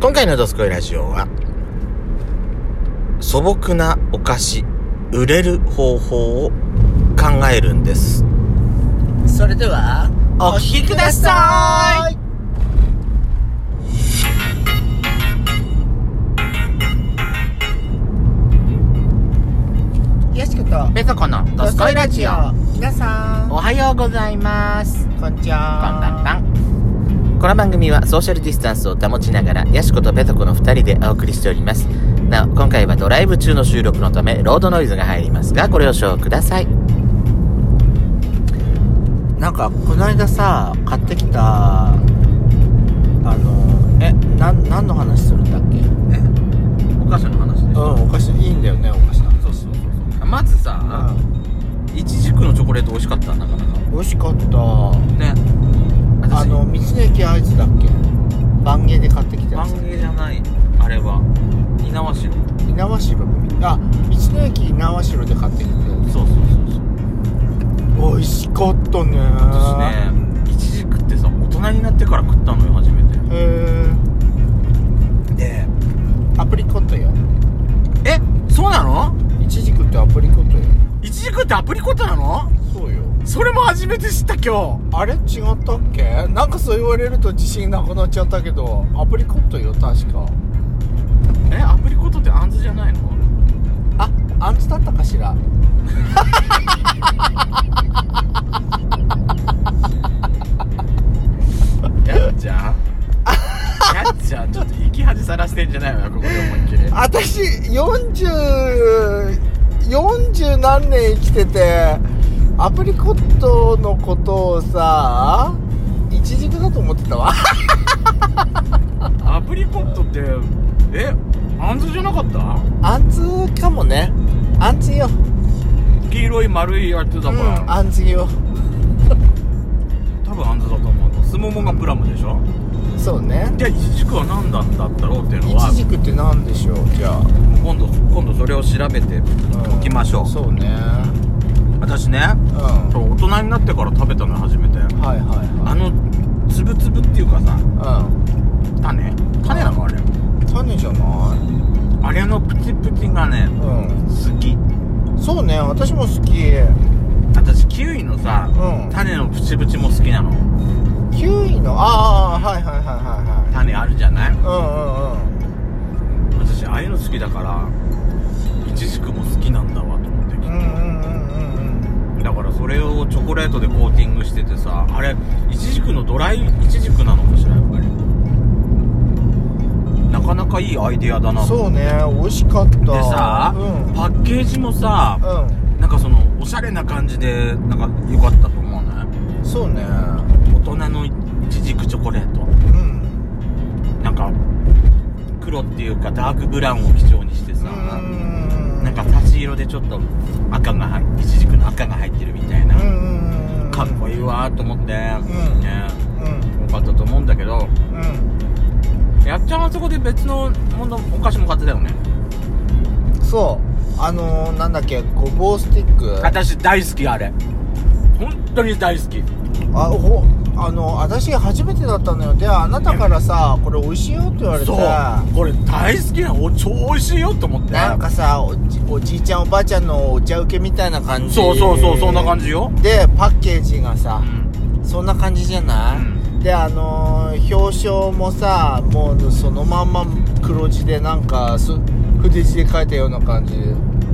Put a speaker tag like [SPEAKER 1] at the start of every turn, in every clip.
[SPEAKER 1] 今回の「どすこいラジオは」素朴なお菓子売れる方法を考えるんです
[SPEAKER 2] それでは
[SPEAKER 1] お聞きくださ
[SPEAKER 2] いよしこと
[SPEAKER 1] ペソコの「どすこいラジオ」
[SPEAKER 2] 皆さん
[SPEAKER 1] お
[SPEAKER 2] こ
[SPEAKER 1] はようございます
[SPEAKER 2] んにち
[SPEAKER 1] こ
[SPEAKER 2] は
[SPEAKER 1] んばんばんこの番組はソーシャルディスタンスを保ちながらヤシコとペトコの2人でお送りしておりますなお今回はドライブ中の収録のためロードノイズが入りますがご了承ください
[SPEAKER 2] なんかこの間さ買ってきたあのえなん何の話するんだっけ
[SPEAKER 1] お菓子の話で
[SPEAKER 2] うんお菓子いいんだよねお菓子のそうそうそう
[SPEAKER 1] まず
[SPEAKER 2] あ
[SPEAKER 1] さいちじくのチョコレート美味しかったなかなか
[SPEAKER 2] 美味しかった
[SPEAKER 1] ね
[SPEAKER 2] あの道の駅あいつだっけ番芸で買ってきたや
[SPEAKER 1] 番
[SPEAKER 2] つ
[SPEAKER 1] 芸じゃないあれは猪苗代
[SPEAKER 2] 猪苗代あ道の駅猪苗代で買ってきたや
[SPEAKER 1] そうそうそうそう
[SPEAKER 2] つ美味しかったね
[SPEAKER 1] 私ねいちじくってさ大人になってから食ったのよ初めて
[SPEAKER 2] へえ
[SPEAKER 1] で
[SPEAKER 2] アプリコットよ
[SPEAKER 1] えそうなの
[SPEAKER 2] イチジクってアプリコットよ
[SPEAKER 1] いちじくってアプリコットなの
[SPEAKER 2] そうよ
[SPEAKER 1] それも初めて知った今
[SPEAKER 2] あれ違ったっけなんかそう言われると自信なくなっちゃったけどアプリコットよ確か
[SPEAKER 1] 日えアプリコットってあんずじゃないの
[SPEAKER 2] あアンツだったかしら
[SPEAKER 1] やっちゃん やっちゃんちょっと生き恥さらしてんじゃないわよここで思いっきり
[SPEAKER 2] 私4040何年生きててアプリコットのことをさイチジクだと思ってたわ
[SPEAKER 1] アプリコットってえあんずじゃなかった
[SPEAKER 2] あんつかもねあんつよ
[SPEAKER 1] 黄色い丸いやつだか
[SPEAKER 2] う
[SPEAKER 1] ら、
[SPEAKER 2] んあんつよ
[SPEAKER 1] 多分あんずだと思うすももがプラムでしょ
[SPEAKER 2] そうね
[SPEAKER 1] じゃあいちじくは何だったんだろうっていうの
[SPEAKER 2] イ
[SPEAKER 1] は
[SPEAKER 2] チジクって何でしょうじゃあ、
[SPEAKER 1] 今度今度それを調べて
[SPEAKER 2] うん
[SPEAKER 1] おきましょう
[SPEAKER 2] そうね
[SPEAKER 1] 私ね
[SPEAKER 2] うんは
[SPEAKER 1] 大人になってから食べたの初めて
[SPEAKER 2] いはい
[SPEAKER 1] あ
[SPEAKER 2] は
[SPEAKER 1] のつぶつぶっていうかさ
[SPEAKER 2] いうん
[SPEAKER 1] 種種なのあれ
[SPEAKER 2] 種じゃない
[SPEAKER 1] あれのプチプチがね
[SPEAKER 2] う
[SPEAKER 1] 好き
[SPEAKER 2] んそうね私も好き
[SPEAKER 1] 私キウイのさ、
[SPEAKER 2] うん
[SPEAKER 1] 種のプチプチも好きなの
[SPEAKER 2] キウイのああはいはいはいはいはい
[SPEAKER 1] 種あるじゃない
[SPEAKER 2] うんうんうん
[SPEAKER 1] 私ああいうの好きだからいちじくも好きなんだわと思ってき
[SPEAKER 2] うんうんうん
[SPEAKER 1] だからそれをチョコレートでコーティングしててさあれイチジクのドライイチジクなのかしらやっぱりなかなかいいアイデアだ
[SPEAKER 2] う
[SPEAKER 1] なんで
[SPEAKER 2] そうね美味しかったで
[SPEAKER 1] さ、
[SPEAKER 2] うん
[SPEAKER 1] パッケージもさ
[SPEAKER 2] う
[SPEAKER 1] なんかそのおしゃれな感じでなんか良かったと思うね
[SPEAKER 2] んそうね
[SPEAKER 1] 大人のイチジクチョコレート
[SPEAKER 2] うんうん
[SPEAKER 1] なんか黒っていうかダークブラウンを基調にしてさなんか差し色でちょっと赤が入イチジクの赤が入ってるみたいな
[SPEAKER 2] うんうんうん
[SPEAKER 1] かっこいいわーと思って、
[SPEAKER 2] ん
[SPEAKER 1] ね
[SPEAKER 2] うん
[SPEAKER 1] よかったと思うんだけど
[SPEAKER 2] う
[SPEAKER 1] やっちゃんはそこで別のものお菓子も買ってたよね
[SPEAKER 2] んそうあのー、なんだっけごぼうスティック
[SPEAKER 1] 私大好きあれ本当に大好き
[SPEAKER 2] あほあの私初めてだったのよであなたからさこれ美味しいよって言われて
[SPEAKER 1] そうこれ大好きなのお超美味しいよと思って
[SPEAKER 2] なんかさおじおじいちゃんおばあちゃんのお茶受けみたいな感じ
[SPEAKER 1] そうそうそうそんな感じよ、
[SPEAKER 2] でパッケージがさ
[SPEAKER 1] う、ん、
[SPEAKER 2] そんな感じじゃない、
[SPEAKER 1] う
[SPEAKER 2] であのー表彰もさもうそのまんま黒字でなんかす筆字で書いたような感じ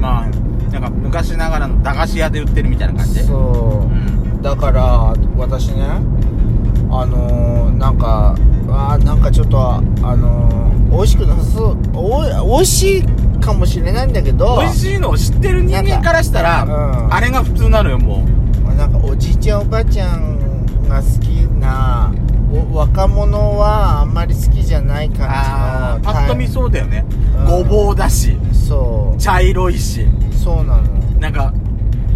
[SPEAKER 1] まあなんか昔ながらの駄菓子屋で売ってるみたいな感じう、
[SPEAKER 2] そ
[SPEAKER 1] ん、
[SPEAKER 2] うだから私ねあのーなんかあーなんかちょっとあのー美味しくなさそうお美味しいかもしれないんだけど
[SPEAKER 1] 美味しいのを知ってる人間からしたら、
[SPEAKER 2] うん
[SPEAKER 1] あれが普通なのよもう
[SPEAKER 2] なんかおじいちゃんおばあちゃんが好きなお若者はあんまり好きじゃない感じの
[SPEAKER 1] あーパッと見
[SPEAKER 2] タイ
[SPEAKER 1] そうだよね、
[SPEAKER 2] うん
[SPEAKER 1] ごぼうだし
[SPEAKER 2] そ
[SPEAKER 1] 茶色いし
[SPEAKER 2] うそうなの
[SPEAKER 1] なんか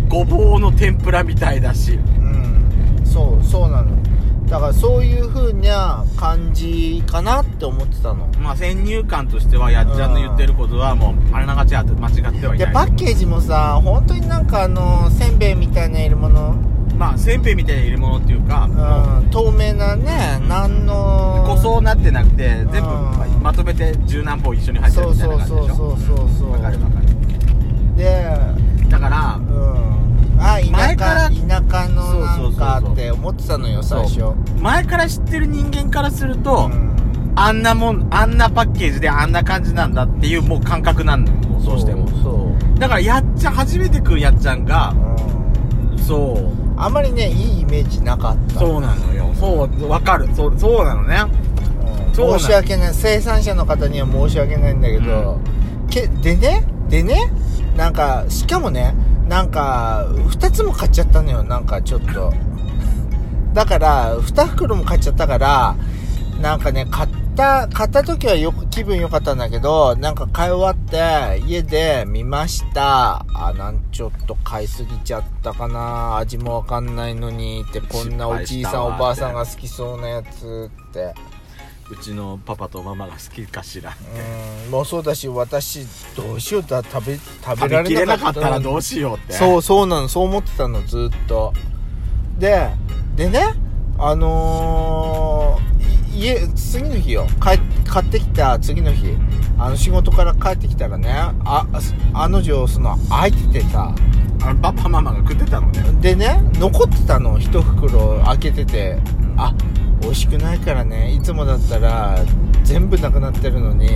[SPEAKER 1] ごぼうの天ぷらみたいだし
[SPEAKER 2] うんそうそうなのだからそういう風な感じかなって思ってたの
[SPEAKER 1] まあ先入観としてはやっちゃんの言ってることはもうあれながちやと間違ってはいない
[SPEAKER 2] でパッケージもさ本当になんかあのせんべいみたいな入れ物
[SPEAKER 1] まあせんべいみたいな入れ物っていうか
[SPEAKER 2] うん、透明なね、
[SPEAKER 1] うん
[SPEAKER 2] 何の
[SPEAKER 1] 個装になってなくて全部
[SPEAKER 2] うん
[SPEAKER 1] まとめて十何本一緒に入ってる
[SPEAKER 2] そう
[SPEAKER 1] みたい
[SPEAKER 2] そ
[SPEAKER 1] な
[SPEAKER 2] う
[SPEAKER 1] 感じ
[SPEAKER 2] そ
[SPEAKER 1] で
[SPEAKER 2] う
[SPEAKER 1] しょ
[SPEAKER 2] そうそうそう
[SPEAKER 1] わかるわかる
[SPEAKER 2] で
[SPEAKER 1] だから
[SPEAKER 2] うんあ
[SPEAKER 1] 前から
[SPEAKER 2] 田舎田舎のなんか
[SPEAKER 1] そうそうそうそう
[SPEAKER 2] って思ってたのよ最初
[SPEAKER 1] そう前から知ってる人間からすると、
[SPEAKER 2] ん
[SPEAKER 1] あんなもんあんなパッケージであんな感じなんだっていうもう感覚なんだよもうそうしても
[SPEAKER 2] そう
[SPEAKER 1] だからやっちゃん初めて来るやっちゃんが
[SPEAKER 2] うん
[SPEAKER 1] そう
[SPEAKER 2] あんまりねいいイメージなかった
[SPEAKER 1] そうなのよそうわかるそうそうなのね
[SPEAKER 2] うん
[SPEAKER 1] そうなの
[SPEAKER 2] 申し訳ない生産者の方には申し訳ないんだけど、けでねでねなんかしかもねなんか2つも買っちゃったのよなんかちょっとだから2袋も買っちゃったからなんかね買った買った時はよく気分良かったんだけどなんか買い終わって家で見ましたあなんちょっと買いすぎちゃったかな味もわかんないのにってこんなおじいさんおばあさんが好きそうなやつって
[SPEAKER 1] うちのパパとママが好きかしら
[SPEAKER 2] うんもうそうだし私どうしようだ食べ食
[SPEAKER 1] 食
[SPEAKER 2] べら
[SPEAKER 1] べき
[SPEAKER 2] れ
[SPEAKER 1] れ
[SPEAKER 2] な
[SPEAKER 1] な
[SPEAKER 2] か
[SPEAKER 1] か
[SPEAKER 2] っ
[SPEAKER 1] ったたらどうしようって
[SPEAKER 2] そうそうなのそう思ってたのずっとででねあのーい家次の日よ帰買ってきた次の日あの仕事から帰ってきたらねああの女その開いててさ
[SPEAKER 1] あのパパママが食ってたのね
[SPEAKER 2] でね残ってたの一袋開けててあ美味しくないからねいつもだったら全部なくなってるのに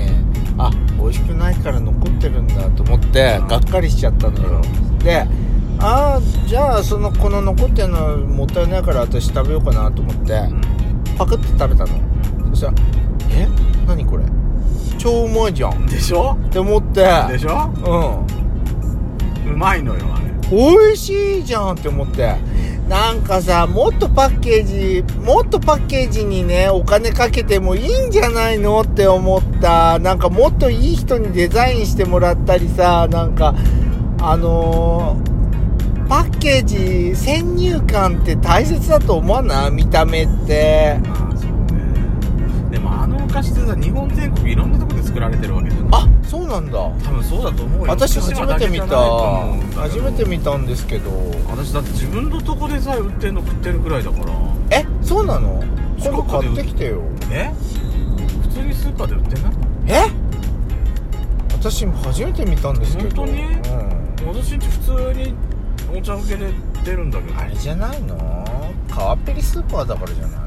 [SPEAKER 2] あ美味しくないから残ってるんだと思って
[SPEAKER 1] うん
[SPEAKER 2] がっかりしちゃったのよであーじゃあそのこの残ってるのもったいないから私食べようかなと思って
[SPEAKER 1] うん
[SPEAKER 2] パクって食べたのそしたら「え何これ超うまいじゃん」
[SPEAKER 1] でしょ
[SPEAKER 2] って思って
[SPEAKER 1] でしょ
[SPEAKER 2] うん
[SPEAKER 1] うまいのよあれ
[SPEAKER 2] 美味しいじゃんって思ってなんかさもっとパッケージもっとパッケージにねお金かけてもいいんじゃないのって思ったなんかもっといい人にデザインしてもらったりさなんかあのーパッケージ先入観って大切だと思わない見た目って
[SPEAKER 1] まあそうねでもあのお菓子ってさ日本全国いろんなとこで作られてるわけじゃない
[SPEAKER 2] あそうなんだ
[SPEAKER 1] 多分そうだと思うよ
[SPEAKER 2] 私初めて見た初めて
[SPEAKER 1] た
[SPEAKER 2] 見たんですけど
[SPEAKER 1] 私だって自分のとこでさえ売ってんの食ってるくらいだから
[SPEAKER 2] えそうなの
[SPEAKER 1] 近
[SPEAKER 2] 今度
[SPEAKER 1] くで
[SPEAKER 2] 買ってきてよ
[SPEAKER 1] え普通にスーパーで売ってない
[SPEAKER 2] え私も初めて見たんですけど
[SPEAKER 1] 本当に
[SPEAKER 2] うん、
[SPEAKER 1] 私んち普通にお茶受けで出るんだけど
[SPEAKER 2] あれじゃないの川っぺりスーパーだからじゃない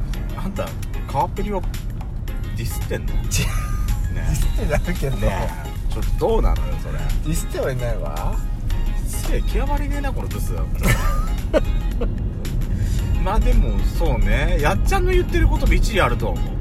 [SPEAKER 1] あんた川っぺりをディスってんのね
[SPEAKER 2] ディスってなるけど、
[SPEAKER 1] ねえちょっとどうなのよそれ
[SPEAKER 2] ディスってはいないわ
[SPEAKER 1] すげえ極まりねえなこの ブスまあでもそうねやっちゃんの言ってることも一理あると思う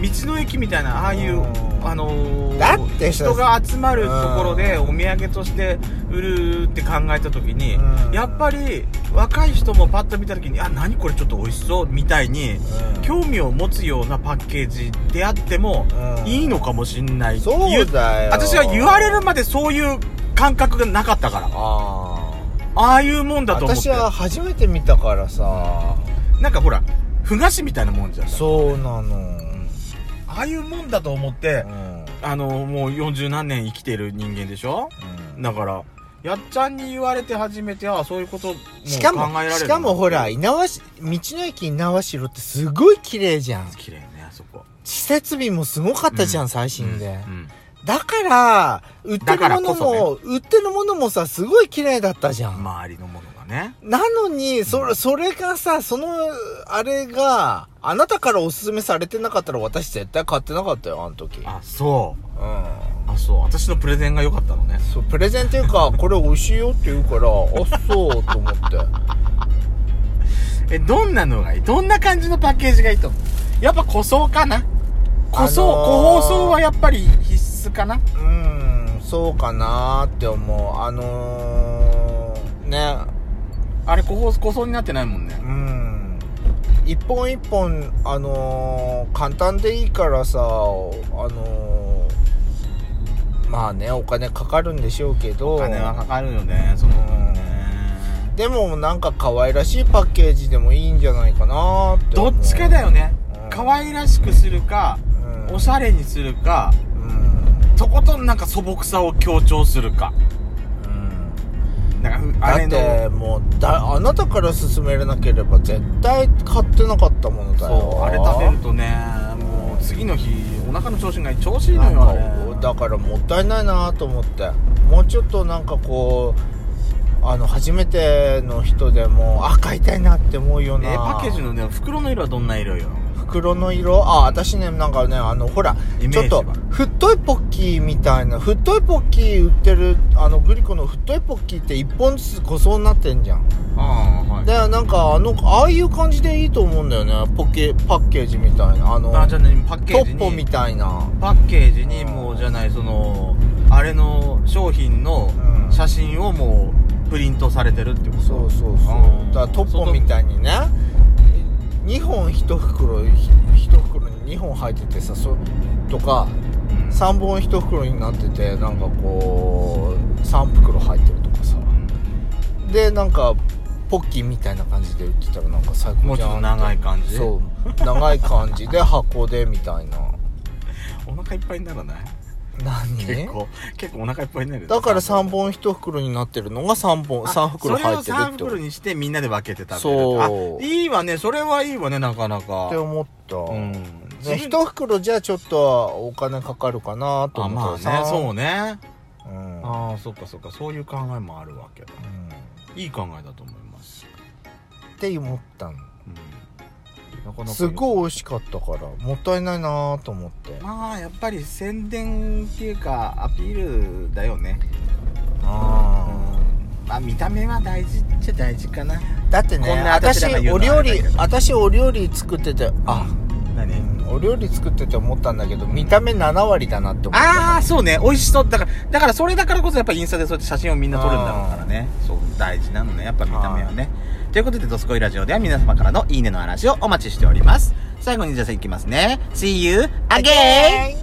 [SPEAKER 1] 道の駅みたいなああいう
[SPEAKER 2] うん
[SPEAKER 1] あのー
[SPEAKER 2] だってさ
[SPEAKER 1] 人が集まるところで
[SPEAKER 2] う
[SPEAKER 1] お土産として売るって考えた時に
[SPEAKER 2] うん
[SPEAKER 1] やっぱり若い人もパッと見た時にあ何これちょっと美味しそうみたいに
[SPEAKER 2] うん
[SPEAKER 1] 興味を持つようなパッケージであっても
[SPEAKER 2] うん
[SPEAKER 1] いいのかもしんない
[SPEAKER 2] そうだよ
[SPEAKER 1] 私は言われるまでそういう感覚がなかったから
[SPEAKER 2] あ
[SPEAKER 1] ああいうもん
[SPEAKER 2] あ
[SPEAKER 1] だと思って
[SPEAKER 2] 私は初めて見たからさ
[SPEAKER 1] なんかほらふ菓子みたいなもんじゃん
[SPEAKER 2] そうなの、
[SPEAKER 1] ああいうもんだと思って
[SPEAKER 2] う、ん
[SPEAKER 1] あのもう40何年生きてる人間でしょ
[SPEAKER 2] うん
[SPEAKER 1] だからやっちゃんに言われて初めてああそういうことも考
[SPEAKER 2] しか
[SPEAKER 1] えられ
[SPEAKER 2] も
[SPEAKER 1] る
[SPEAKER 2] しかもほら猪苗代道の駅猪苗代ってすごい綺麗じゃん
[SPEAKER 1] 綺麗ねあそこ
[SPEAKER 2] 施設備もすごかったじゃん、
[SPEAKER 1] う
[SPEAKER 2] 最新で、
[SPEAKER 1] うん
[SPEAKER 2] だから、売って
[SPEAKER 1] だ
[SPEAKER 2] る
[SPEAKER 1] か
[SPEAKER 2] も
[SPEAKER 1] らこ
[SPEAKER 2] のも、
[SPEAKER 1] そ
[SPEAKER 2] 売ってるものもさ、すごい綺麗だったじゃ
[SPEAKER 1] うん
[SPEAKER 2] ん。
[SPEAKER 1] 周りのものがね
[SPEAKER 2] なのに、それ、それがさ、その、あれが、あなたからおすすめされてなかったら私絶対買ってなかったよ、あの時。
[SPEAKER 1] あそううあそう私のプレゼンが良かったのね
[SPEAKER 2] ん。そう、プレゼンっていうか、 これ美味しいよって言うから、あ、そう、と思って。
[SPEAKER 1] えどんなのがいいどんな感じのパッケージがいいと思うやっぱ個装かな個装、
[SPEAKER 2] あのー
[SPEAKER 1] 個包装はやっぱり必須かな
[SPEAKER 2] うーん、そうかなーって思う。あのー、ね、
[SPEAKER 1] あれ個包個装になってないもんね
[SPEAKER 2] うん一本一本あのー簡単でいいからさあのーまあねお金かかるんでしょうけど
[SPEAKER 1] お金はかかるよねその分ね
[SPEAKER 2] でもなんか可愛らしいパッケージでもいいんじゃないかなって
[SPEAKER 1] ど
[SPEAKER 2] 思う
[SPEAKER 1] っちかだよね
[SPEAKER 2] うん
[SPEAKER 1] 可愛らしくするか
[SPEAKER 2] うん
[SPEAKER 1] おしゃれにするか
[SPEAKER 2] うん
[SPEAKER 1] とことんなんか素朴さを強調するか
[SPEAKER 2] うん
[SPEAKER 1] なんかあ
[SPEAKER 2] だ
[SPEAKER 1] れ
[SPEAKER 2] っ
[SPEAKER 1] の
[SPEAKER 2] てもうだあなたから勧めれなければ絶対買ってなかったものだよ
[SPEAKER 1] そうあれ食べるとねもう次の日お腹の調子が調子いいのよあれ
[SPEAKER 2] なんかだからもったいないなと思ってもうちょっとなんかこうあの初めての人でもあ買いたいなって思うよう
[SPEAKER 1] え
[SPEAKER 2] な
[SPEAKER 1] ーパッケージのね袋の色はどんな色よ
[SPEAKER 2] 袋の色あ私ねなんかねあのほら
[SPEAKER 1] イメージ
[SPEAKER 2] ちょ
[SPEAKER 1] は
[SPEAKER 2] っと太いポッキーみたいな太いポッキー売ってるあのグリコの太いポッキーって1本ずつ個装になってんじゃん
[SPEAKER 1] ああは
[SPEAKER 2] でなんかあのああいう感じでいいと思うんだよねポッケパッケージみたいなあの
[SPEAKER 1] あじゃあ何パッケ
[SPEAKER 2] ト
[SPEAKER 1] ージ
[SPEAKER 2] ッポ
[SPEAKER 1] に
[SPEAKER 2] みたいな
[SPEAKER 1] パッケージにもうじゃないそのあれの商品の
[SPEAKER 2] うん
[SPEAKER 1] 写真をもうプリントされてるってこと
[SPEAKER 2] そうそう
[SPEAKER 1] う
[SPEAKER 2] そ
[SPEAKER 1] ん
[SPEAKER 2] うだからトッポみたいにね2本1袋ひ1袋に2本入っててさそとか
[SPEAKER 1] うん
[SPEAKER 2] 3本1袋になっててなんかこう3袋入ってるとかさでなんかポッキーみたいな感じで売ってたらなんか最
[SPEAKER 1] もう
[SPEAKER 2] 高じ
[SPEAKER 1] ちょっ
[SPEAKER 2] ゃ
[SPEAKER 1] と
[SPEAKER 2] ん
[SPEAKER 1] 長い感じ
[SPEAKER 2] そう長い感じで箱でみたいな
[SPEAKER 1] お腹いっぱいにならない結
[SPEAKER 2] 何
[SPEAKER 1] 構結構お腹いっぱいになる
[SPEAKER 2] だから3本1袋になってるのが3本3袋入ってる
[SPEAKER 1] それを3
[SPEAKER 2] って
[SPEAKER 1] 袋
[SPEAKER 2] こ
[SPEAKER 1] にしてみんなで分けて食べる
[SPEAKER 2] そう
[SPEAKER 1] あいいわねそれはいいわねなかな
[SPEAKER 2] とっ
[SPEAKER 1] か
[SPEAKER 2] て思った、
[SPEAKER 1] うん
[SPEAKER 2] ね、一袋じゃちょっとお金かかるかなと
[SPEAKER 1] あま
[SPEAKER 2] 思
[SPEAKER 1] あ
[SPEAKER 2] っ
[SPEAKER 1] ね
[SPEAKER 2] てさ
[SPEAKER 1] そうね
[SPEAKER 2] うん
[SPEAKER 1] ああそっかそっかそういう考えもあるわけだ
[SPEAKER 2] うん
[SPEAKER 1] いい考えだと思います、
[SPEAKER 2] って思ったの
[SPEAKER 1] うん、なかなか
[SPEAKER 2] す
[SPEAKER 1] い
[SPEAKER 2] ごい美味しかったからもったいないなと思って
[SPEAKER 1] まあやっぱり宣伝っていうかアピールだよね
[SPEAKER 2] あ
[SPEAKER 1] まあ見た目は大事っちゃ大事かな
[SPEAKER 2] ーだってね
[SPEAKER 1] こんな私
[SPEAKER 2] 私
[SPEAKER 1] らが言う
[SPEAKER 2] お
[SPEAKER 1] のはあ
[SPEAKER 2] 料
[SPEAKER 1] れだけ
[SPEAKER 2] 理
[SPEAKER 1] ど
[SPEAKER 2] 私お料理作っててあ、
[SPEAKER 1] 何
[SPEAKER 2] うんお料理作ってて思ったんだけど見た目7割だなって思った
[SPEAKER 1] ああそうね美味しそうだからだからそれだからこそやっぱインスタでそうやって写真をみんな撮るんだろうからねそう大事なのねやっぱ見た目はねということで「ドスコイラジオ」では皆様からの「いいね」の話をお待ちしております最後にじゃあいきますね See you again!